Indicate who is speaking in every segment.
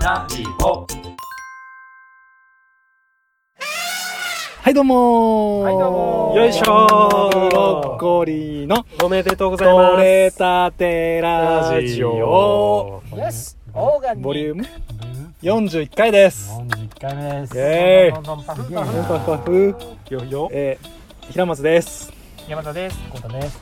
Speaker 1: ラジオ。
Speaker 2: はいどうもー
Speaker 1: はいどうもー
Speaker 2: よいしょーブロッコリーの
Speaker 3: おめでとうございます。
Speaker 2: 取れたてラジオ
Speaker 1: よし、オーガニック
Speaker 2: ボリューム41回です
Speaker 1: 41回目です。
Speaker 2: イエーイ
Speaker 1: どんどんどんパフパ
Speaker 2: パ
Speaker 1: フ
Speaker 2: フパフ
Speaker 3: よよ。
Speaker 2: えー、平松です
Speaker 1: 山田です。コタです。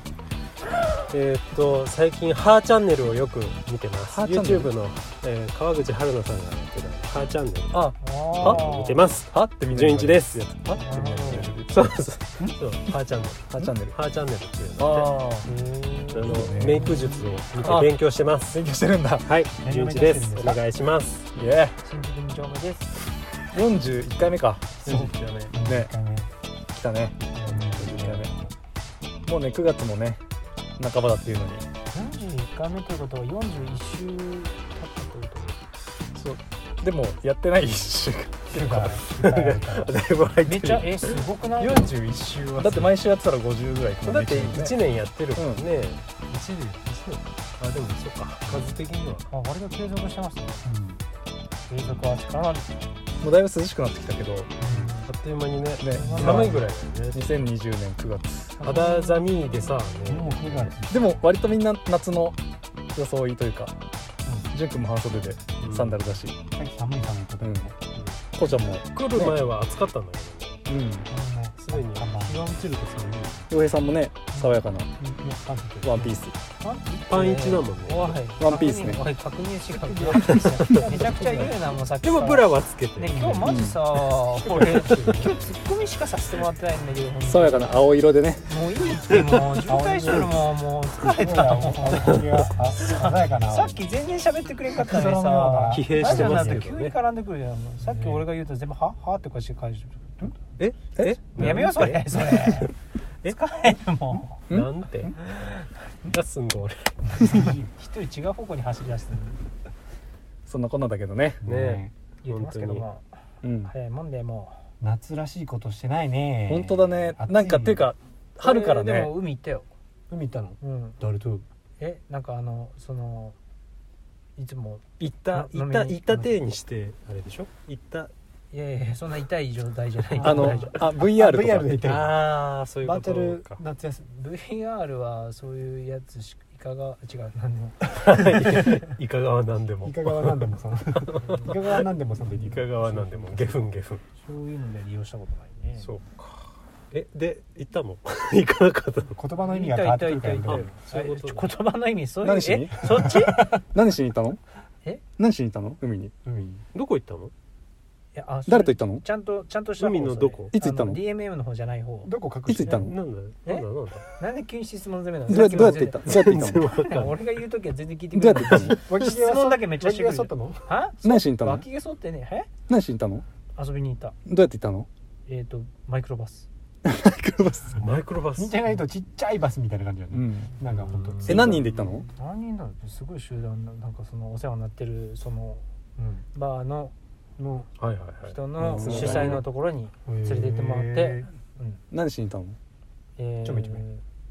Speaker 3: えーっと最近ハーチャンネルをよく見てます。
Speaker 2: ハーチャンネル
Speaker 3: YouTube の、えー川口春奈さんがやってるハーチャンネル。
Speaker 4: あ、
Speaker 3: は見てます。
Speaker 4: はってみんな
Speaker 3: 純
Speaker 4: 言う
Speaker 3: 一です。
Speaker 4: はってみんな言う
Speaker 3: そうそうそう。ハーチャンネル。
Speaker 4: はチャンネル。
Speaker 3: ハーチャンネルっていうの
Speaker 4: ああ、
Speaker 3: で、あ
Speaker 4: い
Speaker 3: の、
Speaker 4: いね
Speaker 3: メイク術を見て
Speaker 4: あ
Speaker 3: 勉強してます。
Speaker 4: 勉強してるんだ。
Speaker 3: はい、純一で
Speaker 1: 勉強して
Speaker 3: す。
Speaker 1: るん
Speaker 3: お
Speaker 1: だ
Speaker 3: 願いします。
Speaker 4: いえ、
Speaker 1: 新宿二丁目です。
Speaker 4: 四十一回目か。
Speaker 3: そうだね。
Speaker 4: ね
Speaker 1: 一、回目
Speaker 4: 来たね。41回目。もうね、九月もね、半ばだっていうのに。
Speaker 1: 41回目ということは41週経ったということ
Speaker 4: そう。でもやってない一週間。
Speaker 1: 結構ある
Speaker 3: だいぶ入っ
Speaker 1: め
Speaker 3: て
Speaker 1: っちゃ
Speaker 3: る。
Speaker 1: えすごくな い
Speaker 4: 四十一週は。だって毎週やってたら五十ぐらい。
Speaker 3: だって一年やってるもんね。
Speaker 4: 一年。
Speaker 3: あでもそっか。数的には。
Speaker 1: あ割と継続してますね継続は力なり
Speaker 4: もうだいぶ涼しくなってきたけど、ね、
Speaker 3: あっという間にね。寒
Speaker 4: 寒
Speaker 3: い
Speaker 4: い
Speaker 3: ぐ
Speaker 4: ぐらい。
Speaker 3: らいだよね
Speaker 4: 二。千二十年九月。
Speaker 3: 肌寒いでさ、ね
Speaker 1: もう、冬がある
Speaker 4: でも割とみんな夏の装いというか、ジュン君も半袖でサンダルだし、
Speaker 1: さっき寒い寒いと
Speaker 4: うん、こうちゃんも、
Speaker 3: 来る前は暑かったんだけどね
Speaker 4: うん、
Speaker 3: すでに日が落ちるとさ、
Speaker 4: 洋平さんもね、爽やかなワンピー
Speaker 1: ス
Speaker 4: ス。
Speaker 3: パンイチだもんね
Speaker 4: ワンピースね
Speaker 1: おい確認しかめちゃくちゃ言うなもうさっき
Speaker 3: でもブラはつけて、
Speaker 1: ね今日マジさ俺今日ツッコミしかさせてもらってないんだけど本当に
Speaker 4: 爽やかな青色でね、
Speaker 1: もういいってもう渋滞してるもんもう疲れたもうさっき全然喋ってくれんかったのにさ
Speaker 3: 疲弊してますけどね
Speaker 1: ラジオになると急に絡んでくるじゃんさっき俺が言うと全部「はは?」ってこうして返して
Speaker 4: ええ
Speaker 1: くるやめようそれそれ疲れるも
Speaker 4: ん
Speaker 3: なんて出すんだ俺
Speaker 1: ん一人違う方向に走り出してる
Speaker 4: そんなこんなだけどね、
Speaker 3: ね
Speaker 1: 言ってますけど
Speaker 3: 本
Speaker 1: も
Speaker 4: うん、
Speaker 1: 早いもんでも
Speaker 5: 夏らしいことしてないね
Speaker 4: 本当だね、なんかっていうか
Speaker 1: う
Speaker 4: 春から
Speaker 1: 俺で
Speaker 4: ね
Speaker 1: も海行ったよ
Speaker 5: 海行ったの
Speaker 1: うん
Speaker 5: 誰と
Speaker 1: えなんかあのそのいつも
Speaker 3: 行った
Speaker 1: 飲
Speaker 3: 行っ
Speaker 1: み
Speaker 3: た
Speaker 1: に
Speaker 3: 行った体にしてあれでしょ行った
Speaker 1: いやいやいやそんな痛い状態じゃない
Speaker 4: あの
Speaker 1: 大丈夫
Speaker 4: あ VR とか
Speaker 5: VR で行った
Speaker 3: ああそうい
Speaker 5: の
Speaker 3: うこ
Speaker 5: バーチャ
Speaker 3: と
Speaker 5: ル
Speaker 3: か
Speaker 5: 夏休
Speaker 1: VR はそういうやつしかいかが違う何でも
Speaker 3: いかがはなんでも
Speaker 5: みいかがわなんでもさいかがわなんでもさ
Speaker 3: いかがはなんでもゲフンゲフン
Speaker 1: そういうので利用したことないね
Speaker 3: そうかえで行ったの 行かなかったの
Speaker 5: 言葉の意味が変わってくるから
Speaker 1: いたいたいたい
Speaker 5: ね
Speaker 3: そういうこと
Speaker 1: えちょ言葉の意味そういう
Speaker 4: 何しに
Speaker 1: えそ っちい
Speaker 4: 何しに行ったの
Speaker 1: え
Speaker 4: 何しに行ったの海に
Speaker 5: 海
Speaker 3: どこ行ったの
Speaker 1: やあそれ
Speaker 4: 誰と行ったの
Speaker 1: ちゃんとちゃんとした方
Speaker 3: 海のどこ
Speaker 1: それ
Speaker 4: いつ行ったの
Speaker 1: あ ?DMM の方じゃない方
Speaker 5: どこ隠
Speaker 4: い
Speaker 5: し
Speaker 4: つ
Speaker 5: て
Speaker 4: 行ったの
Speaker 3: なんだ
Speaker 1: え
Speaker 3: なんだなんだ
Speaker 1: なんで急に質問攻めなの
Speaker 4: どうやってどうやって行ったどうやって
Speaker 3: 全
Speaker 4: 行った
Speaker 3: 然
Speaker 4: の
Speaker 3: わかんない
Speaker 1: 俺が言う時は全然聞いて
Speaker 4: どうや
Speaker 1: く
Speaker 4: って
Speaker 1: れ
Speaker 4: 行
Speaker 1: な
Speaker 4: ったの
Speaker 1: い
Speaker 5: 脇
Speaker 1: 質問だけめっちゃしてくる
Speaker 5: 脇毛は剃ったの
Speaker 1: は
Speaker 4: 何しに行ったの
Speaker 1: 脇毛剃ってねえ
Speaker 4: 何しに行ったの
Speaker 1: 遊びに行った
Speaker 4: どうやって行ったの
Speaker 1: えっ、とマイクロバス
Speaker 4: クロバス
Speaker 3: マイクロバス
Speaker 5: 忍者がいるとちっちゃいバスみたいな感じだよ
Speaker 4: う
Speaker 5: ね
Speaker 4: ん
Speaker 5: なんか本当
Speaker 4: え何人で行ったの
Speaker 1: 何人だろうすごい集団ななんかそのお世話になってるそのバーの
Speaker 5: の
Speaker 3: はいはいはい
Speaker 1: 人の
Speaker 5: うん
Speaker 1: 主催のところに連れて行ってもらって、うん
Speaker 4: 何しに行ったの
Speaker 1: えー
Speaker 5: ちょめちょめ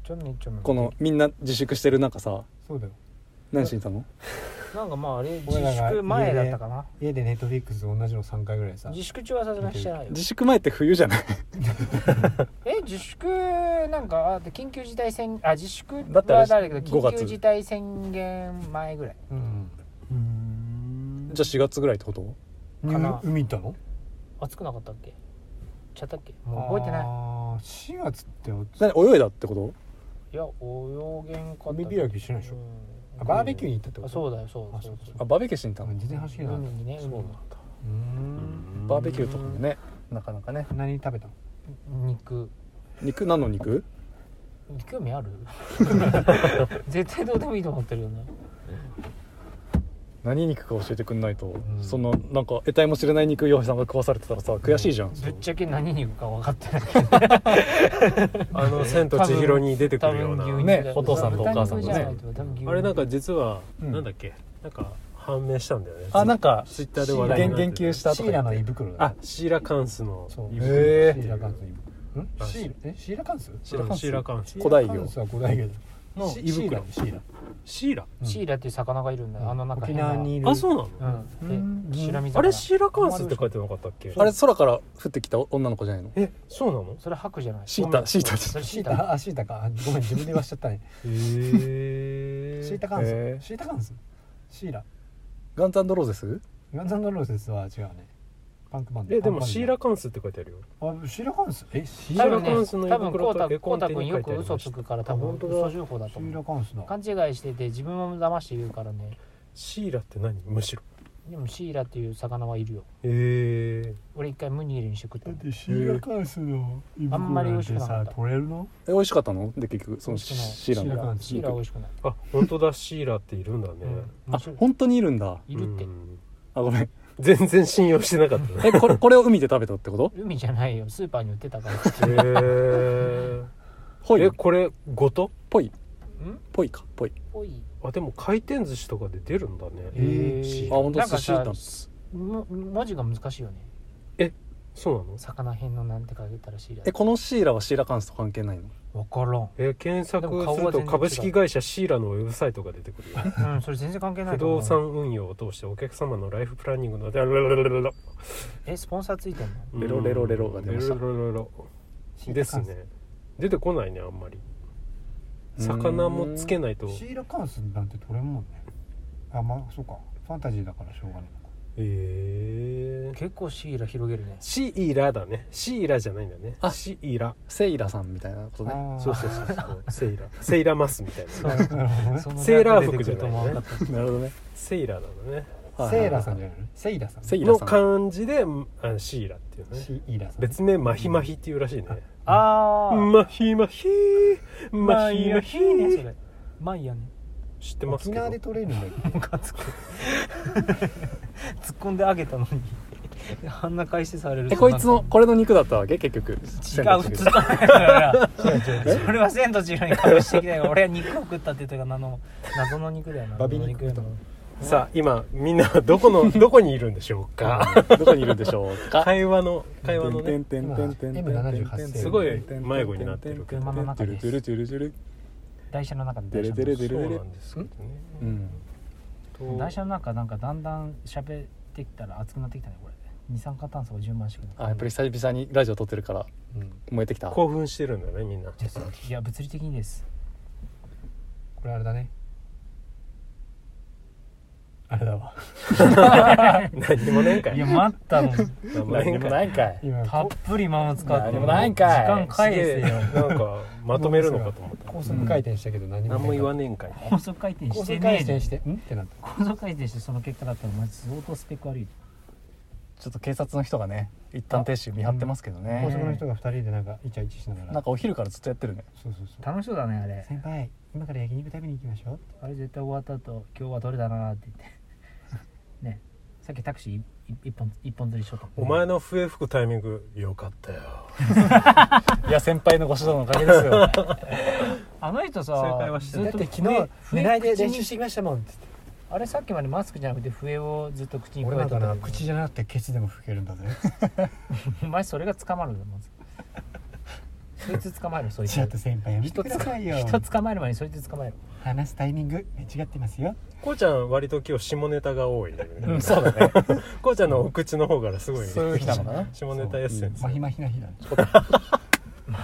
Speaker 1: ちょめちょめ
Speaker 4: このみんな自粛してる中さ
Speaker 5: そうだよ
Speaker 4: 何しに行ったの
Speaker 1: なんかまああれ自
Speaker 5: 俺らが
Speaker 1: 粛前だったかな
Speaker 5: 家でネットフリックス同じの3回ぐらいさ
Speaker 1: 自粛中はさすがにしてないよ
Speaker 4: 自粛前って冬じゃない
Speaker 1: え自粛なんかあで緊急事態宣あ自粛
Speaker 4: だってあ
Speaker 1: は
Speaker 4: れ
Speaker 1: 誰だけど
Speaker 4: 5月
Speaker 1: 緊急事態宣言前ぐらい
Speaker 5: うん
Speaker 4: じゃあ4月ぐらいってこと
Speaker 1: かな
Speaker 5: 海行ったの
Speaker 1: 暑くなかったっけちゃったっけもう覚えてない
Speaker 5: あー4月ってお
Speaker 4: 何泳いだってこと
Speaker 1: いや泳げんかった
Speaker 5: 海開きしてないでしょ
Speaker 1: うん
Speaker 5: あバーベキューに行ったってこ
Speaker 1: あ
Speaker 5: と
Speaker 1: そうだよそう
Speaker 5: あ
Speaker 1: そ
Speaker 5: そうう
Speaker 1: そ
Speaker 5: そうう
Speaker 4: あバーベキューしに行った
Speaker 5: あ
Speaker 4: の
Speaker 5: 全然走りな
Speaker 1: 海
Speaker 5: い
Speaker 1: にね海に
Speaker 5: うーん
Speaker 4: バーベキューとかもねなかなかね
Speaker 5: 何食べたの
Speaker 1: 肉
Speaker 4: 肉何の肉
Speaker 1: 興味あ る絶対どうでもいいと思ってるよね
Speaker 4: 何肉か教えてくんないと、
Speaker 5: ん
Speaker 4: そのなんか得体も知れない肉洋平さんが食わされてたらさ悔しいじゃん、
Speaker 1: ぶっちゃけ何肉か分かってない
Speaker 3: あの「千と千尋」に出てく
Speaker 1: 多
Speaker 3: るような
Speaker 1: 分牛肉
Speaker 4: ねお父さんとお母さんがね
Speaker 3: あれなんか実は、
Speaker 4: うん
Speaker 3: なんだっけなんか判明したんだよね
Speaker 4: あなんか
Speaker 3: ツイッターで話題になって
Speaker 4: 研
Speaker 3: て
Speaker 4: 究したと
Speaker 5: シ
Speaker 4: か
Speaker 5: ーラの
Speaker 4: 言
Speaker 5: 胃
Speaker 4: って
Speaker 5: 袋だ
Speaker 3: あシーラカンスの
Speaker 5: そう
Speaker 3: イ
Speaker 5: 胃
Speaker 3: ブ
Speaker 5: 袋
Speaker 4: へー
Speaker 5: シーラカンスの胃袋ん
Speaker 3: あ
Speaker 5: シーえシーラカンス
Speaker 3: シーラシーラカンス
Speaker 4: 古代魚
Speaker 5: シーラカンスは古代魚だの
Speaker 3: シ
Speaker 5: 胃袋
Speaker 3: シイラ
Speaker 2: シイラ
Speaker 5: うん
Speaker 1: シイラっていう魚がいるんだよあのなんか
Speaker 5: 沖
Speaker 1: 変な
Speaker 5: 縄にいる
Speaker 3: あそうなの
Speaker 1: うんで
Speaker 5: うん
Speaker 1: 白身魚
Speaker 3: あれシーラカンスって書いてなかったっけ
Speaker 4: あれ空から降ってきた女の子じゃないの
Speaker 3: えそうなの
Speaker 1: それ白じゃない
Speaker 4: シイタ
Speaker 1: ごめん
Speaker 4: シイタ
Speaker 1: それシ
Speaker 5: シ
Speaker 1: イ
Speaker 5: ー
Speaker 1: タ
Speaker 5: タあシータかあごめん自分で言わしちゃったね
Speaker 3: へ
Speaker 5: シータカン
Speaker 4: へ
Speaker 5: ス
Speaker 4: ー
Speaker 5: シータカンスシーラ
Speaker 4: ガンタンドローゼス
Speaker 5: ガンズローゼスは違うねパンクバンド
Speaker 3: えでも
Speaker 5: パンクバンド
Speaker 3: シーラカンスって書いてあるよ
Speaker 5: あシーラカンスえシー
Speaker 1: 多
Speaker 5: ラ
Speaker 1: 分
Speaker 5: カ
Speaker 1: ね
Speaker 5: ンス
Speaker 3: シーラ
Speaker 1: 多
Speaker 3: カン
Speaker 1: 分
Speaker 3: スの
Speaker 1: こ
Speaker 3: 胃袋
Speaker 1: うた
Speaker 3: と絵
Speaker 1: こ
Speaker 3: コ
Speaker 1: う
Speaker 3: ン
Speaker 1: た
Speaker 3: テに
Speaker 1: く
Speaker 3: 書い
Speaker 1: んよ
Speaker 3: てあ
Speaker 1: く
Speaker 3: りました
Speaker 1: 嘘つくから多
Speaker 5: あ
Speaker 1: 分
Speaker 5: 本当だ
Speaker 1: 嘘情報だ
Speaker 5: シ
Speaker 1: と
Speaker 5: ー
Speaker 1: 思
Speaker 5: ラ
Speaker 1: う
Speaker 5: カンスだ
Speaker 1: 勘違いしてて自分も騙して言うからね
Speaker 3: シーラって何むしろ
Speaker 1: でもシイラっていう魚はいるよ
Speaker 3: へえ
Speaker 1: 俺一回ムニエルにして食った
Speaker 5: だっ
Speaker 1: の
Speaker 5: てシーラカンスの胃
Speaker 1: あ
Speaker 5: 袋
Speaker 1: んまり美
Speaker 5: なん
Speaker 1: 味しくな
Speaker 5: て
Speaker 1: かっ
Speaker 5: さ
Speaker 1: た
Speaker 5: 取れるの
Speaker 4: え美味しかったので結局その
Speaker 1: 美味しくない
Speaker 4: シイラ
Speaker 5: シーラ
Speaker 4: の
Speaker 5: カンス
Speaker 1: シイラは美味しくない、
Speaker 3: あ本当だシーラっているんだね
Speaker 1: うん
Speaker 4: あ本当にいるんだ
Speaker 1: いるって
Speaker 3: うん
Speaker 4: あごめん
Speaker 3: 全然信用してなかったね
Speaker 4: えこれこれを海で食べたってこと
Speaker 1: 海じゃないよスーパーに売ってたから
Speaker 3: へー
Speaker 4: ぽい
Speaker 3: えこれごと
Speaker 4: ぽい
Speaker 1: ん
Speaker 4: ぽいかぽい
Speaker 1: おい
Speaker 3: あでも回転寿司とかで出るんだ
Speaker 1: え
Speaker 3: ね
Speaker 1: ー
Speaker 3: シイ
Speaker 4: あ
Speaker 3: ラ
Speaker 4: 本当
Speaker 1: なん
Speaker 4: 寿
Speaker 1: か
Speaker 4: 司だ
Speaker 1: さ
Speaker 4: った
Speaker 1: も文字が難しいよね
Speaker 3: そうなの
Speaker 1: 魚編のなんて書いてたらシイラ
Speaker 4: えこのシイラはシイラカンスと関係ないの
Speaker 1: 分から
Speaker 3: え検索
Speaker 1: でも顔は
Speaker 3: する
Speaker 1: 全
Speaker 3: と
Speaker 1: 然違う
Speaker 3: 株式会社シーラのウェブサイトが出てくるよ
Speaker 1: んうんそれ全然関係ない
Speaker 3: 不
Speaker 1: と思う
Speaker 3: 動産運用を通してお客様のライフプランニングのレロレロレロ
Speaker 1: えスポンサーついてんの
Speaker 4: レロレロレロが出ました
Speaker 3: レロレロレロ
Speaker 5: シー
Speaker 3: で
Speaker 5: ラカ
Speaker 3: す
Speaker 5: ンス
Speaker 3: ね出てこないねあんまり魚もつけないと
Speaker 5: シーラカンスなんて取れんもんねあまあそうかファンタジーだからしょうがないのか
Speaker 3: えー
Speaker 1: 結構シイラ広げ るね
Speaker 3: シイラだねシイラじゃないんだね
Speaker 4: あ
Speaker 3: シイラ
Speaker 4: セイラさんみたいなことね
Speaker 5: あー
Speaker 3: そうそうそうそうセイラセイラマスみたいな
Speaker 5: なるほどね
Speaker 1: その
Speaker 3: セーラー
Speaker 1: 出て
Speaker 3: 服
Speaker 1: く
Speaker 3: じゃ
Speaker 1: ると
Speaker 3: ない
Speaker 1: 思わなか
Speaker 3: ね
Speaker 1: っ
Speaker 4: なるほどね
Speaker 3: セイラなのね
Speaker 4: はい
Speaker 5: セイラさんじゃないのセイラさん
Speaker 4: セイラ
Speaker 3: の
Speaker 4: さん
Speaker 3: 漢字であシイラっていうね
Speaker 5: シイラさん
Speaker 3: 別名マヒマヒっていうらしいね
Speaker 1: たああ
Speaker 3: マヒマヒマヒマヒ
Speaker 1: ねそれマイヤね
Speaker 3: 知ってます
Speaker 5: 沖
Speaker 3: けど
Speaker 5: 縄で取れるんだっけ
Speaker 1: ムカつく突っ込んであげたのにあんな返しされると
Speaker 4: えこいつのこれの肉だったわけ結局違う
Speaker 1: 違うつ ったからそれは千と千尋に隠してきたよ俺は肉を食ったって言ったからあの謎の肉だよな
Speaker 5: バビ肉
Speaker 1: 謎の
Speaker 3: さあ今みんなどこのどこにいるんでしょうか
Speaker 4: どこにいるんでしょうか
Speaker 3: 会話の会話のね
Speaker 4: てんてんてんてんてんてんてんてんてん
Speaker 5: すご
Speaker 3: い迷子になってる
Speaker 1: 車の中です
Speaker 4: てるてるてるてる
Speaker 1: 台車の中で台車の
Speaker 4: デレデレ
Speaker 1: 中
Speaker 4: デレ
Speaker 3: そうなんですけどね
Speaker 4: うん
Speaker 3: と
Speaker 1: 台車の中なんかだんだん喋ってきたら熱くなってきたねこれ二酸化炭素が充満してくる
Speaker 4: あやっぱり久々にラジオ撮ってるから燃えてきた
Speaker 3: 興奮してるんだねみんな
Speaker 1: ですいや物理的にです
Speaker 5: これあれだねあれだわ
Speaker 3: 何もないんか
Speaker 1: い
Speaker 3: い
Speaker 1: や待ったの
Speaker 3: 何もない
Speaker 4: 何
Speaker 3: ん
Speaker 4: も
Speaker 3: かい
Speaker 4: ないんかい
Speaker 5: 今
Speaker 1: たっぷりママ使って
Speaker 4: 何もないんかい
Speaker 1: 時間返せよ
Speaker 3: すげえなんかまとめるのかと思った
Speaker 5: 高速回転したけど何も
Speaker 3: 何も言わ
Speaker 5: な
Speaker 3: ね
Speaker 5: い
Speaker 3: えんかい
Speaker 1: 高速回転
Speaker 5: 高
Speaker 1: して
Speaker 5: 速
Speaker 1: ね
Speaker 5: 回
Speaker 1: え
Speaker 5: 転
Speaker 1: で
Speaker 5: してんってなった
Speaker 1: 高速回転してその結果だったらマジ相当スペック悪い
Speaker 4: ちょっと警察の人がね一旦停止見張ってますけど
Speaker 5: 高
Speaker 4: ね
Speaker 5: 速の人が二人でなんかイチャイチャしなが
Speaker 4: なん
Speaker 5: ら
Speaker 4: かお昼からずっとやってるね
Speaker 5: そうそうそう
Speaker 1: 楽しそうだねあれ
Speaker 5: 先輩今から焼肉食べに行きましょう
Speaker 1: あれ絶対終わった後今日はどれだなって言って ねさっきタクシーい一本一本釣りしとったもん
Speaker 3: お前の笛吹くタイミングよかったよ
Speaker 4: いや先輩のご指導のおかげですよ
Speaker 1: あの人さ
Speaker 3: 正解はして
Speaker 1: ず
Speaker 5: だ
Speaker 1: っ
Speaker 5: って
Speaker 1: と
Speaker 5: 昨日
Speaker 1: 笛
Speaker 5: 狙いで
Speaker 1: 口に
Speaker 5: 練習してきましたもんって
Speaker 1: あれさっきまでマスクじゃなくて笛をずっと口に
Speaker 5: 俺
Speaker 1: 加
Speaker 5: な
Speaker 1: え
Speaker 5: ん
Speaker 1: て
Speaker 5: か
Speaker 1: た
Speaker 5: な口じゃなくてケツでも吹けるんだぜ
Speaker 1: お前それが捕まるよまずそいつ捕まえるそいつ
Speaker 5: ちょっと 先輩やめて
Speaker 1: 人
Speaker 5: くださいよ
Speaker 1: 人捕まえる前にそいつ捕まえる
Speaker 5: 話すタイミング間違ってますよ
Speaker 3: こうちゃん割と今日下ネタが多いんだけど
Speaker 4: う
Speaker 3: ね
Speaker 4: んそうだね
Speaker 3: こうちゃんのお口の方からすごい
Speaker 4: そういう日なのかな
Speaker 3: 下ネタエッセンス
Speaker 5: まひまひなひだ
Speaker 4: ま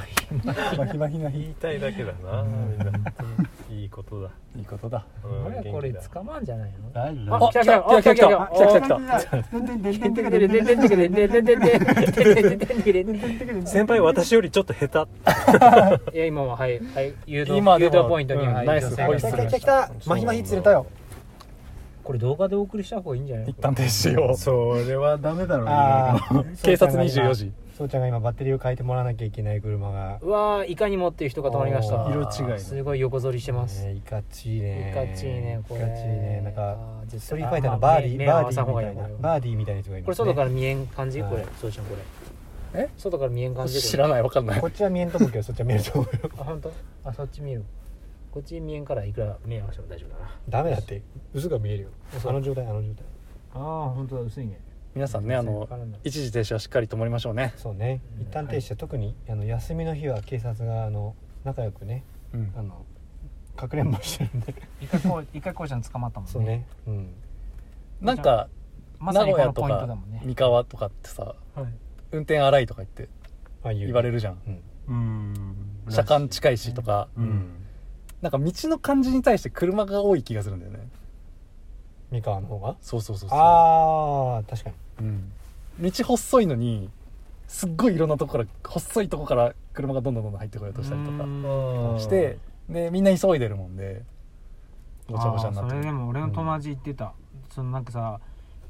Speaker 4: ひまひな
Speaker 3: 言
Speaker 4: 日
Speaker 3: いたいだけだなみんないいことだ
Speaker 4: いいことだ
Speaker 3: うん
Speaker 1: 俺はこれ
Speaker 3: 元気だ
Speaker 1: 捕まんじゃないの
Speaker 5: 大丈
Speaker 1: あ
Speaker 5: 夫
Speaker 1: 来た来た
Speaker 4: 来た来た来た来た来た
Speaker 3: 先輩私よりちょっと下
Speaker 1: いや今もはいはい誘導
Speaker 4: 今で
Speaker 1: 誘
Speaker 4: も
Speaker 1: 導ポイントに、
Speaker 4: うん
Speaker 1: はい
Speaker 4: ナイス
Speaker 1: 女性
Speaker 4: ポイン
Speaker 5: 来
Speaker 4: ト
Speaker 5: た
Speaker 1: が
Speaker 5: 来た来た
Speaker 3: 手
Speaker 5: まひまひ釣れたよ
Speaker 1: これ動画でお送りした方がいいんじゃない
Speaker 4: 一旦停止を
Speaker 3: それはダメだろう
Speaker 5: あ
Speaker 3: ね
Speaker 5: あ
Speaker 4: 警察24時
Speaker 5: そうちゃんが今バッテリーを変えてもらわなきゃいけない車が
Speaker 1: うわーいかにもっていう人が止まりました
Speaker 5: おー
Speaker 4: 色違いの
Speaker 1: すごい横反りしてます、
Speaker 5: ねいかちいね
Speaker 1: いかちいねこれ
Speaker 5: いかちいねなんか
Speaker 1: あー
Speaker 5: ストリートファイターのバーディー
Speaker 1: まあ
Speaker 5: バ
Speaker 1: 目目合わ
Speaker 5: ーデ
Speaker 1: せた
Speaker 5: ィ
Speaker 1: 方
Speaker 5: ー
Speaker 1: が
Speaker 5: み
Speaker 1: いいよ
Speaker 5: たい
Speaker 1: こ
Speaker 5: な
Speaker 1: れは
Speaker 5: バーディーみたいな人がいますね
Speaker 1: これ外から見えん感じ、
Speaker 5: はい
Speaker 1: これそうちゃんこれ
Speaker 4: え
Speaker 1: 外から見えん感じ
Speaker 4: 知
Speaker 1: これ
Speaker 4: らないわかんない
Speaker 5: こっちは見えんと思うけどそっちは見えると思うよ
Speaker 1: あ本当あそっち見えるこっち見えんからいくら目合わせても大丈夫だな
Speaker 5: ダメだって渦が見えるよ
Speaker 1: そう
Speaker 5: あの状態あの状態
Speaker 1: ああ本当だ薄いね
Speaker 4: 皆さんねあの一時停止はしっかり止まりましょうね
Speaker 5: そうね
Speaker 1: うん
Speaker 5: 一旦停止して特にあの休みの日は警察があの仲良くね
Speaker 4: うん
Speaker 5: あのかくれんぼしてるんで
Speaker 1: 一回こう一回こうちゃん捕まったもんね
Speaker 3: そうねうん
Speaker 4: なんか
Speaker 1: まさに
Speaker 4: 名古
Speaker 1: こ
Speaker 4: 屋
Speaker 1: の
Speaker 4: と
Speaker 1: ポ
Speaker 4: か
Speaker 1: イントだもんね
Speaker 4: 三河とかってさ
Speaker 3: はい
Speaker 4: 運転荒いとか言って
Speaker 3: あ言
Speaker 4: 言われ
Speaker 3: る
Speaker 4: るじゃん
Speaker 2: うん
Speaker 4: 車間近いしとか
Speaker 2: うん
Speaker 4: なんか道の感じに対して車が多い気がするんだよね
Speaker 3: 三河の方が
Speaker 4: そうそうそうそう
Speaker 3: ああ確かに
Speaker 4: うん道細いのにすっごいいろんなとこから細いとこから車がどんどんどんどん入ってこようとしたりとかしてでみんな急いでるもんでごちゃごちゃにな
Speaker 1: あー
Speaker 4: っ
Speaker 1: そ
Speaker 4: て
Speaker 1: れで
Speaker 4: る
Speaker 1: も俺の友達言ってた、そのなんかさ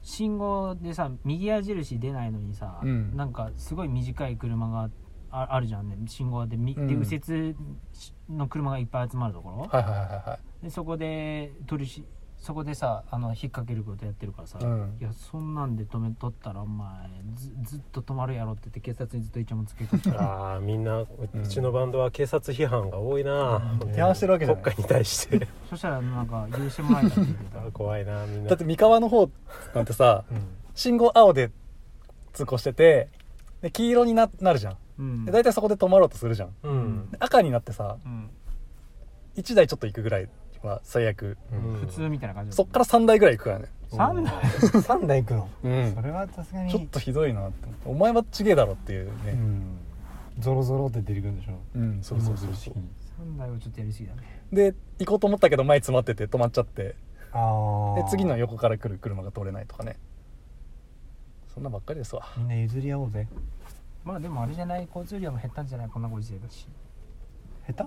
Speaker 1: 信号でさ右矢印出ないのにさ、
Speaker 4: うん
Speaker 1: なんかすごい短い車がああるじゃんね信号でみ、
Speaker 4: うん
Speaker 1: で右折の車がいっぱい集まるところ、
Speaker 4: はいはいはいはい
Speaker 1: でそこで取りしそこでさあの引っ掛けることやってるからさ、
Speaker 4: うん
Speaker 1: いやそんなんで止めとったらお前ずずっと止まるやろって言って警察にずっとイチャモンつけとったら
Speaker 3: ああみんなううちのバンドは警察批判が多いな
Speaker 4: 批判してるわけじゃない
Speaker 3: 国家に対して
Speaker 1: そしたらなんか許してもらえたって言って
Speaker 3: あ
Speaker 1: た
Speaker 3: ー怖いなみんな
Speaker 4: だって三河の方なんてさ信号青で通行しててで黄色にななるじゃん
Speaker 1: うん
Speaker 4: で大体そこで止まろうとするじゃん
Speaker 3: うん
Speaker 4: で赤になってさ
Speaker 1: うん
Speaker 4: 1台ちょっと行くぐらいは最悪
Speaker 1: 普通みたいな感じだ
Speaker 4: そっから3台ぐらい行くからね、
Speaker 1: 3台
Speaker 5: 3台行くの
Speaker 4: うん
Speaker 5: それはさすがに
Speaker 4: ちょっとひどいなって思ってお前はちげえだろっていう
Speaker 5: う
Speaker 4: ね
Speaker 5: んゾロゾロって出てくるんでしょ
Speaker 4: うん、そうそうそうそう
Speaker 1: 3台はちょっとやりすぎだね
Speaker 4: で行こうと思ったけど前詰まってて止まっちゃって
Speaker 5: ああ
Speaker 4: で次の横から来る車が通れないとかねそんなばっかりですわ
Speaker 5: みんな譲り合おうぜ
Speaker 1: まあでもあれじゃない交通量も減ったんじゃないこんなご時世だし
Speaker 5: 下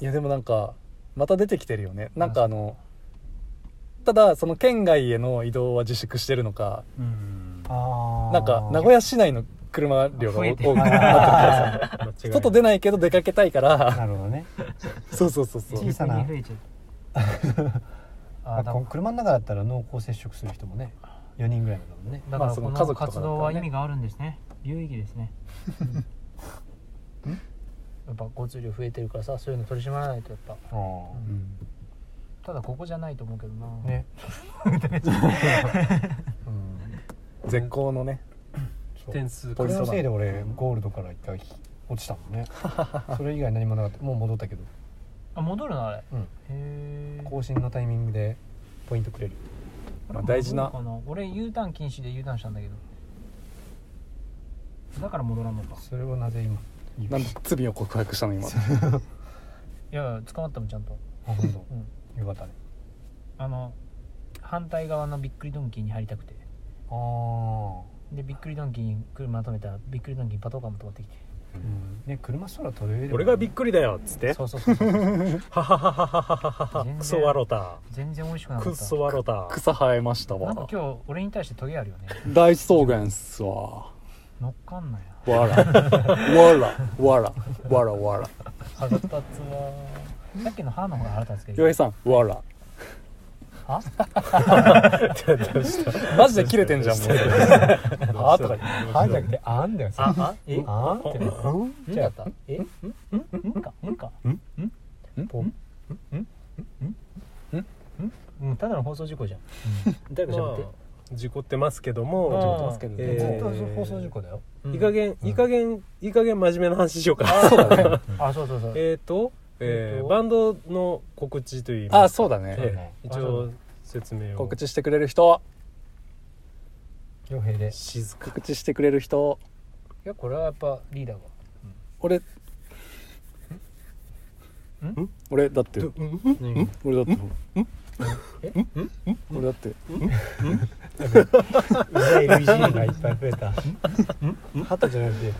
Speaker 4: いやでもなんかまた出てきてるよねなんかあのただその県外への移動は自粛してるのか
Speaker 2: うん
Speaker 5: 手ああ
Speaker 4: なんか名古屋市内の車量が
Speaker 1: 増え
Speaker 4: 多
Speaker 1: て
Speaker 4: く
Speaker 1: る
Speaker 4: なってるからさ
Speaker 3: 間違いない
Speaker 4: 外出ないけど出かけたいから
Speaker 5: なるほどね
Speaker 4: そうそうそうそう
Speaker 5: 小さな
Speaker 1: 逆に増えちゃった あ
Speaker 5: あ
Speaker 1: だ
Speaker 5: こん車の中だったら濃厚接触する人もね4人ぐらいだもんね
Speaker 1: だか
Speaker 4: ま
Speaker 1: ら
Speaker 4: あそ
Speaker 1: こ
Speaker 4: の
Speaker 1: の
Speaker 4: 家族とかだった
Speaker 1: 活
Speaker 4: らね
Speaker 1: 動は意味があるんですね有意義です ね
Speaker 4: ん
Speaker 1: やっぱ交通量増えてるからさそういうの取り締まらないとやっぱ
Speaker 5: ああ
Speaker 1: ただここじゃないと思うけどな、
Speaker 5: ね
Speaker 4: 絶好のね
Speaker 3: 点数
Speaker 5: これの
Speaker 4: ポイントだ
Speaker 5: せいで俺ゴールドから一回ひ落ちたも んねそれ以外何もなかったもう戻ったけど
Speaker 1: あ戻るのあれ、
Speaker 5: うん
Speaker 1: へえ
Speaker 5: 更新のタイミングでポイントくれる
Speaker 4: まあ大事な
Speaker 1: かな俺 U ターン禁止で U ターンしたんだけどだから戻らんのか
Speaker 5: それはなぜ今言
Speaker 4: なん
Speaker 5: う
Speaker 4: で罪を告白したの今
Speaker 1: いや捕まったもんちゃんと
Speaker 5: あ本当
Speaker 1: うん
Speaker 5: よかったね
Speaker 1: あの反対側のびっくりドンキーに入りたくて
Speaker 5: ああ、
Speaker 1: でびっくりドンキーに車止めたらびっくりドンキーにパトカーも止まってきて
Speaker 5: うん、ね車空飛べる
Speaker 3: 俺がびっ
Speaker 5: く
Speaker 3: くりだよっつって
Speaker 1: そうそうそうそう
Speaker 3: ははははははは
Speaker 1: 全然
Speaker 3: クソワロタ
Speaker 1: 全然美味しくなかった
Speaker 3: クソワロタ
Speaker 4: 草生えました
Speaker 1: なんか
Speaker 4: わ
Speaker 1: 今日俺に対してトゲあるよね
Speaker 4: 大草原っすわ
Speaker 1: 乗っかんなよ
Speaker 4: わらわらわらわらわら
Speaker 1: 腹立つわさっきの歯の方が腹立つけ
Speaker 4: 洋
Speaker 1: ど
Speaker 4: 平さんわら
Speaker 1: は
Speaker 4: マジで切れてんじゃんも うあーとか言って
Speaker 5: あんじゃなくてあんだよ
Speaker 1: ああえ
Speaker 5: あんってね
Speaker 1: んだったえんんんかんかんんんぽんんんんんうんただの放送事故じゃん誰か喋って
Speaker 3: まあ事故ってますけど
Speaker 1: あー
Speaker 3: も
Speaker 5: え
Speaker 3: え
Speaker 5: ー本当放送事故だよ
Speaker 1: うん
Speaker 3: いい加減いい加減いい加減真面目な話しようか
Speaker 1: あそうそうそう
Speaker 3: えっとえ
Speaker 1: え
Speaker 3: ー
Speaker 1: ーと
Speaker 3: バンドの告知といいますか
Speaker 4: あそうだね、
Speaker 5: う
Speaker 3: え
Speaker 5: ね
Speaker 3: え一応説明を
Speaker 4: 告知してくれる人
Speaker 5: 傭兵で
Speaker 3: 静か
Speaker 4: 告知してくれる人
Speaker 1: いやこれはやっぱリーダーが
Speaker 4: 俺俺だって俺だって俺だって
Speaker 5: うざい LG がいっぱい増えた旗じゃなくて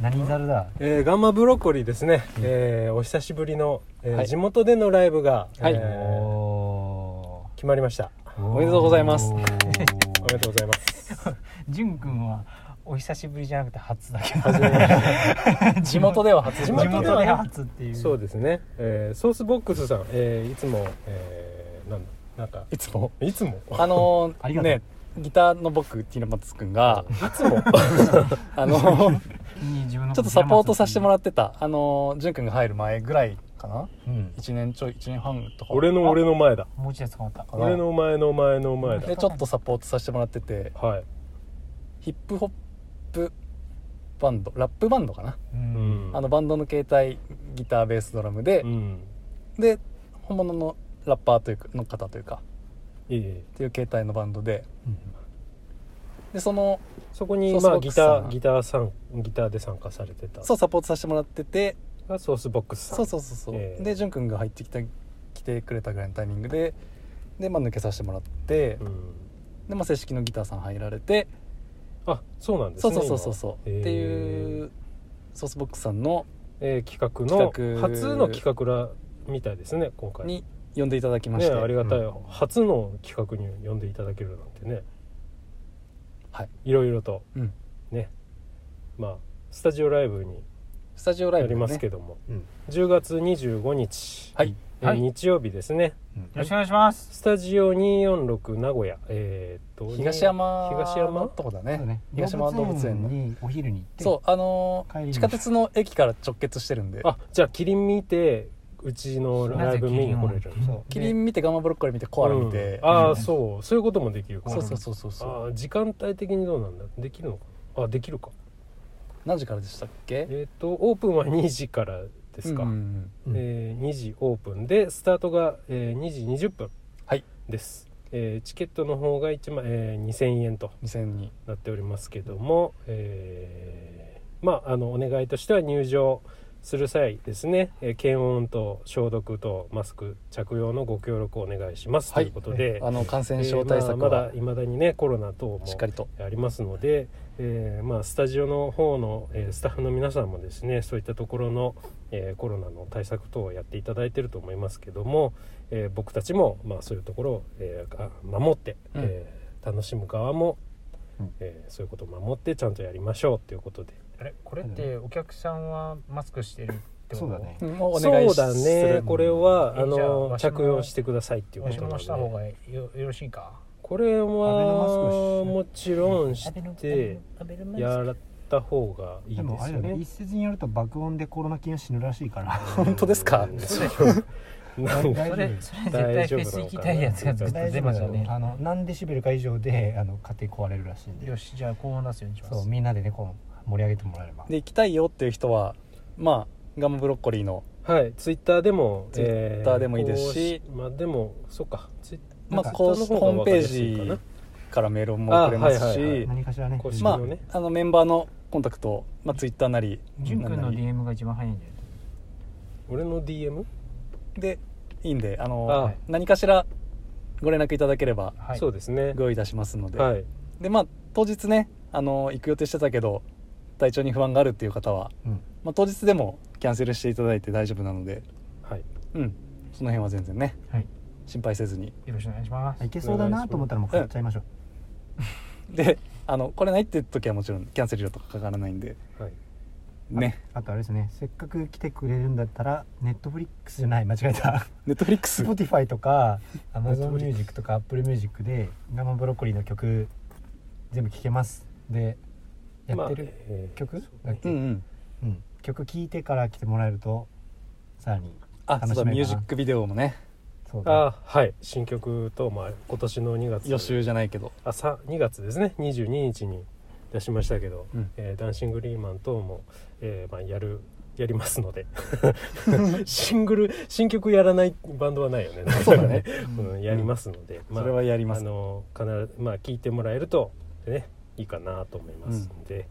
Speaker 5: 何猿だ
Speaker 3: えーガンマブロッコリーですね、えーお久しぶりの、えー
Speaker 4: はい
Speaker 3: 地元でのライブが、
Speaker 4: はい
Speaker 3: え
Speaker 5: お
Speaker 3: ー
Speaker 5: お
Speaker 3: 決まりました
Speaker 5: ー
Speaker 4: おめでとうございます
Speaker 5: お
Speaker 3: おめで
Speaker 5: ー
Speaker 3: とうございます
Speaker 1: ジュン君はお久しぶりじゃなくて初だけど
Speaker 4: 地元では初
Speaker 1: 地
Speaker 3: 地
Speaker 4: 島
Speaker 3: 元
Speaker 1: 元では初っていう
Speaker 3: そうですね、えーソースボックスさん、えーいつも、えーなんなんか
Speaker 4: いつも
Speaker 3: いつも
Speaker 4: あの
Speaker 1: あり
Speaker 4: ー、
Speaker 1: がとう
Speaker 4: ねギターの僕ティラマツくんが
Speaker 3: いつも
Speaker 4: あのー
Speaker 1: に自分の
Speaker 4: ちょっとサポートさせても
Speaker 1: ら
Speaker 4: らってたあのー、く君が入る前ぐらいかな
Speaker 5: うん
Speaker 4: 1年ちょい1年半とか
Speaker 3: 俺の俺の前だ
Speaker 1: うもう一台捕まった
Speaker 4: かな
Speaker 3: 俺の前の前の前だ
Speaker 4: でちょっとサポートさせてもらってて
Speaker 3: はい、
Speaker 4: ヒップホップバンドラップバンドかな、
Speaker 5: う
Speaker 3: うんん
Speaker 4: あのバンドの携帯ギターベースドラムで、
Speaker 3: うん
Speaker 4: で本物のラッパーというかの方というか
Speaker 3: ええ
Speaker 4: っていう形態のバンドででその
Speaker 3: そこに
Speaker 4: ソース
Speaker 3: ま
Speaker 4: ボ
Speaker 3: あ
Speaker 4: ッ
Speaker 3: ギ
Speaker 4: クスさん
Speaker 3: ターギターさんギターで参加されてた
Speaker 4: そうサポートさせてもらってて
Speaker 3: がソースボックスさん
Speaker 4: そうそうそうそう、
Speaker 3: ええ
Speaker 4: で潤君が入ってきた来てくれたぐらいのタイミングでで、まあ、抜けさせてもらって、
Speaker 3: うん
Speaker 4: で、まあ、正式のギターさん入られて
Speaker 3: あそうなんです
Speaker 4: そう
Speaker 3: ね
Speaker 4: そうそうそうそう、
Speaker 3: 今
Speaker 4: って
Speaker 3: へ
Speaker 4: い
Speaker 3: え
Speaker 4: うソースボックスさんの
Speaker 3: えー企画
Speaker 4: 企
Speaker 3: の
Speaker 4: 画
Speaker 3: 初の企画らみたいですね今回
Speaker 4: に呼んでいただきまし
Speaker 3: ね
Speaker 4: て、
Speaker 3: ありがたい、
Speaker 4: うん
Speaker 3: 初の企画に呼んでいただけるなんてね
Speaker 4: はい
Speaker 3: ろいろと、
Speaker 4: うん
Speaker 3: ねまあスタジオライブに
Speaker 4: スタジオラ
Speaker 3: な
Speaker 4: イブで
Speaker 3: り
Speaker 4: ね
Speaker 3: ますけども、
Speaker 5: うん
Speaker 3: 10月25日、
Speaker 4: はい
Speaker 3: えー
Speaker 5: はい
Speaker 3: 日曜日ですね
Speaker 5: ろしくお願いします
Speaker 3: スタジオ246名古屋えーっと
Speaker 4: 東山
Speaker 3: 東山
Speaker 4: のとこだね
Speaker 5: そうね
Speaker 4: 東山動物園の
Speaker 5: にお昼に行って
Speaker 4: そうあのー
Speaker 5: 帰りに
Speaker 4: 地下鉄の駅から直結してるんで
Speaker 3: あじゃあキリン見てうちのライブ見に来れる
Speaker 5: そう
Speaker 4: キリン見てガンマブロッコリー見てコアラ見て、
Speaker 3: うんああそうそういうこともできるか
Speaker 4: そうそうそうそうそう
Speaker 3: ああ時間帯的にどうなんだできるのかなあできるか
Speaker 4: 何時からでしたっけ
Speaker 3: えっ、とオープンは2時からですか、
Speaker 4: うんうんうん
Speaker 5: うん
Speaker 3: えー2時オープンでスタートが、えー2時20分
Speaker 4: はい
Speaker 3: です、えーチケットの方が1万、えー2000円と
Speaker 4: 2002
Speaker 3: なっておりますけども、えーまああのお願いとしては入場する際ですね、えー検温と消毒とマスク着用のご協力をお願いします、
Speaker 4: はい
Speaker 3: ということで、
Speaker 4: あの感染
Speaker 3: え
Speaker 4: 症
Speaker 3: ー
Speaker 4: 対策
Speaker 3: まあま
Speaker 4: は
Speaker 3: だいまだにねコロナ等も
Speaker 4: しっかりと、
Speaker 3: ありますので、えーまあ、スタジオの方の、えースタッフの皆さんもですねそういったところの、えーコロナの対策等をやっていただいてると思いますけども、えー僕たちも、まあ、そういうところを、えーあ守って、
Speaker 4: うん
Speaker 3: えー楽しむ側も、
Speaker 5: うん
Speaker 3: えーそういうことを守ってちゃんとやりましょうということで
Speaker 1: あれこれってお客さんはマスクしてるってこと
Speaker 5: そうだね
Speaker 4: うんもうお願い
Speaker 3: そ
Speaker 4: し
Speaker 3: うだねこれは
Speaker 1: え
Speaker 3: あ
Speaker 1: じゃあ
Speaker 3: の
Speaker 1: わしも
Speaker 3: 着用してくださいっていうこ
Speaker 1: わし
Speaker 3: となの
Speaker 1: も
Speaker 3: で
Speaker 1: した方がよよろしいか
Speaker 3: これ
Speaker 5: アベノマス
Speaker 3: は
Speaker 5: クし
Speaker 3: もちろんして
Speaker 1: 食べる前
Speaker 3: やった方がいい
Speaker 5: でも
Speaker 3: で
Speaker 5: あ
Speaker 3: す
Speaker 5: れ
Speaker 3: よ
Speaker 5: だね
Speaker 3: ね
Speaker 5: 一説によると爆音でコロナ菌は死ぬらしいから
Speaker 4: 本当 ですか
Speaker 3: そうでしょ
Speaker 5: 大丈
Speaker 1: そ
Speaker 5: 夫
Speaker 1: れそれ絶対フェス行きたいやつがずっと
Speaker 5: 大
Speaker 1: 出
Speaker 5: 丈
Speaker 1: ま
Speaker 5: 夫
Speaker 1: す
Speaker 5: だ
Speaker 1: よ
Speaker 5: よ
Speaker 1: ね
Speaker 5: あの何デシベルか以上であの家庭壊れるらしいんで
Speaker 1: よしじゃあこうなすようにしま
Speaker 5: そう
Speaker 1: す
Speaker 5: みんなでねこう盛り上げてもらえれば
Speaker 4: で行きたいよっていう人はまあガンマブロッコリーの
Speaker 3: はい、ツイッターでも、
Speaker 4: ツイッターでもいいですし
Speaker 3: えー公式まあでもそうか、ツイ
Speaker 4: ま
Speaker 3: なん
Speaker 4: あ
Speaker 3: か
Speaker 4: 公
Speaker 3: 人の
Speaker 4: 式
Speaker 3: 方が
Speaker 4: ホームペー
Speaker 3: わかりや
Speaker 4: ジ
Speaker 3: す
Speaker 4: からメールも送れますし、
Speaker 3: あはいはいは
Speaker 5: 何かしらね
Speaker 3: 公式
Speaker 4: ま
Speaker 3: の
Speaker 4: あ、
Speaker 3: ね
Speaker 4: あのメンバーのコンタクト、まあ、ツイッターなり
Speaker 1: じゅんくん
Speaker 4: な
Speaker 1: の
Speaker 4: んなり
Speaker 1: DM が一番早いんじゃ
Speaker 3: 俺の DM、
Speaker 4: でいいんであの
Speaker 3: あ
Speaker 4: 何かしらご連絡いただければ
Speaker 1: ない
Speaker 3: そう
Speaker 1: で
Speaker 3: ですね。
Speaker 4: ご用意いたしますので、
Speaker 3: はい、
Speaker 4: でまあ当日ねあの行く予定してたけど体調に不安があるっていう方は、
Speaker 5: うん
Speaker 4: まあ、当日でもキャンセルしていただいて大丈夫なので
Speaker 3: はい、
Speaker 4: うんその辺は全然ね、
Speaker 1: はい
Speaker 4: 心配せずに
Speaker 1: よろしくお願いします
Speaker 5: いけそうだなと思ったらもう買っちゃいましょ う
Speaker 4: であのこれないって時はもちろんキャンセル料とかかからないんで
Speaker 3: はい、
Speaker 4: ね
Speaker 5: あとあれですねせっかく来てくれるんだったらネットフリックスじゃない間違え た
Speaker 4: ネットフリックス
Speaker 5: Spotify とか
Speaker 3: Netflix
Speaker 5: Amazon Music とか Apple Music で生ブロッコリーの曲全部聴けますでやってる
Speaker 3: まあえー
Speaker 5: 曲だっ
Speaker 4: う
Speaker 5: け、
Speaker 4: んうん
Speaker 5: うん曲聴いてから来てもらえるとさらに
Speaker 4: あ
Speaker 5: 楽
Speaker 4: そ
Speaker 5: し
Speaker 4: うだ
Speaker 5: める
Speaker 4: ミュー
Speaker 5: か
Speaker 4: ジ
Speaker 5: な
Speaker 4: ックビデオもね
Speaker 5: そうだ
Speaker 3: あはい、新曲とまあ今年の2月
Speaker 4: 予習じゃないけど
Speaker 3: あさ2月ですね22日に出しましたけど、
Speaker 4: うん
Speaker 3: えーダンシングリーマン等も、えーまあ、やるやりま すのでシングル新曲やらないバンドはないよね
Speaker 4: そうだね、
Speaker 3: うん、やりますので、まあ
Speaker 4: それはやりま
Speaker 3: あ
Speaker 4: す、
Speaker 3: の必ずまあ聞いてもらえるとねいいかなと思いますんで、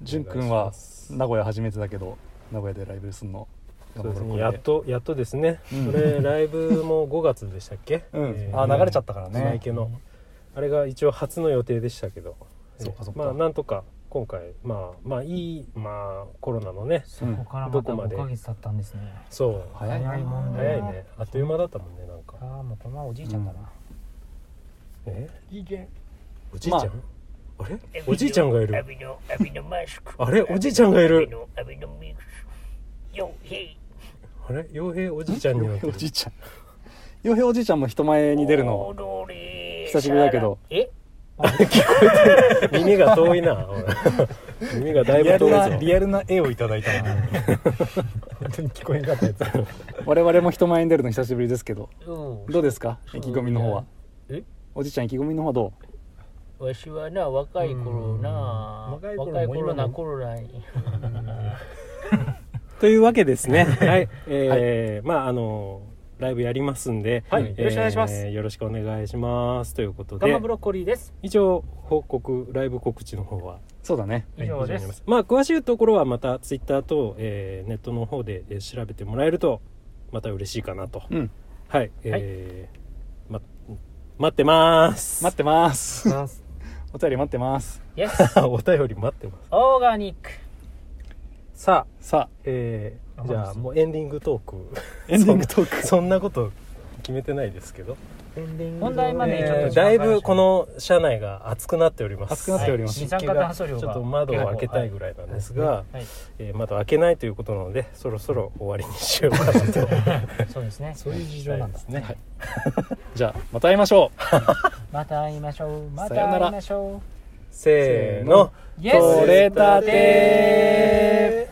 Speaker 4: じゅんく
Speaker 3: お
Speaker 4: ん
Speaker 3: 願いしま
Speaker 4: は
Speaker 3: す
Speaker 4: 名古屋初めてだけど名古屋でライブすんの
Speaker 3: そうです
Speaker 4: こ
Speaker 3: ね
Speaker 4: れ
Speaker 3: やっとやっとですね、
Speaker 4: うん、
Speaker 3: これライブも5月でしたっけ
Speaker 4: うん
Speaker 3: え
Speaker 4: あ流れちゃったからね
Speaker 3: 綱池のあれが一応初の予定でしたけど
Speaker 4: そうかそうか
Speaker 3: まあなんとか今回まあまあいいまあコロナのね
Speaker 1: そこから
Speaker 3: ど
Speaker 1: また
Speaker 3: こまで
Speaker 1: 5ヶ月経ったんですね
Speaker 3: そう
Speaker 4: 早い
Speaker 1: 早いもんだ
Speaker 3: 早いねあっという間だったもんねなんか
Speaker 1: ああもうこのままおじいちゃんだな、
Speaker 3: え
Speaker 5: いいね
Speaker 3: おじいちゃん、
Speaker 4: ま
Speaker 3: あれおじいちゃんがいる
Speaker 6: ビの、アビのマスク。
Speaker 3: あれおじいちゃんがい
Speaker 6: アビ
Speaker 3: る
Speaker 6: の、アビのミックス。よ、へい。
Speaker 3: あれ傭兵おじいちゃんになって
Speaker 4: お
Speaker 3: る
Speaker 4: じいちゃん洋平おじいちゃんも人前に出るの
Speaker 6: 踊り
Speaker 4: 久しぶりだけど。
Speaker 6: え
Speaker 3: 耳が遠いな おい耳がだい
Speaker 4: リア
Speaker 3: ぶ
Speaker 4: ルな
Speaker 3: 遠いぞ
Speaker 4: リアルな絵をいただい たな
Speaker 5: 本当に聞こえんかったやつ
Speaker 4: 我々も人前に出るの久しぶりですけど
Speaker 6: う。
Speaker 4: どうですか意気込みの方は
Speaker 3: え
Speaker 4: おじいちゃん意気込みの方はどうん
Speaker 6: わしはな、若い頃な。若い
Speaker 5: 頃も
Speaker 6: 頃
Speaker 5: 今
Speaker 6: な、
Speaker 5: も
Speaker 6: コロナに。
Speaker 3: というわけですね。はい。えーまああのライブやりますんで、
Speaker 1: はいよろしくお願いします
Speaker 3: えーよろしくお願いしますということ
Speaker 6: ガ
Speaker 3: で
Speaker 6: マブロッコリーです
Speaker 3: 一応報告ライブ告知の方は
Speaker 4: そうだね
Speaker 6: 以上
Speaker 3: 以
Speaker 6: で
Speaker 3: 上になりますすまあ詳しいところはまたツイッターと、えーネットの方でえー調べてもらえるとまた嬉しいかなと、
Speaker 4: うん
Speaker 3: はい、えーま待ってます
Speaker 4: 待ってます
Speaker 5: ます
Speaker 4: お便り待ってます
Speaker 6: イエス
Speaker 3: お便り待ってます
Speaker 6: オーガニック
Speaker 3: さあ
Speaker 4: さ
Speaker 3: えーじゃあもうエンディングトーク
Speaker 4: あエンディングトーク
Speaker 3: そんなこと決めてないですけど、
Speaker 6: 本題までちょっと
Speaker 3: え
Speaker 6: 時間がありま
Speaker 3: ーだい
Speaker 6: したね
Speaker 3: ぶこの車内が熱くなっております
Speaker 4: 熱くなっております
Speaker 6: 二酸化炭素量
Speaker 3: ち
Speaker 6: が
Speaker 3: ょっと窓を開けたいぐらいなんですが、
Speaker 6: はい
Speaker 3: えー窓を開けないということなのでそろそろ終わりにしようかなと
Speaker 6: そうですね
Speaker 3: そういう事情なんですね、はい
Speaker 4: じゃあまた会いましょう
Speaker 6: また会いましょうま
Speaker 4: さよ
Speaker 6: た
Speaker 4: なら
Speaker 6: 会いましょう
Speaker 3: せーの
Speaker 6: イエス
Speaker 4: 取れたてー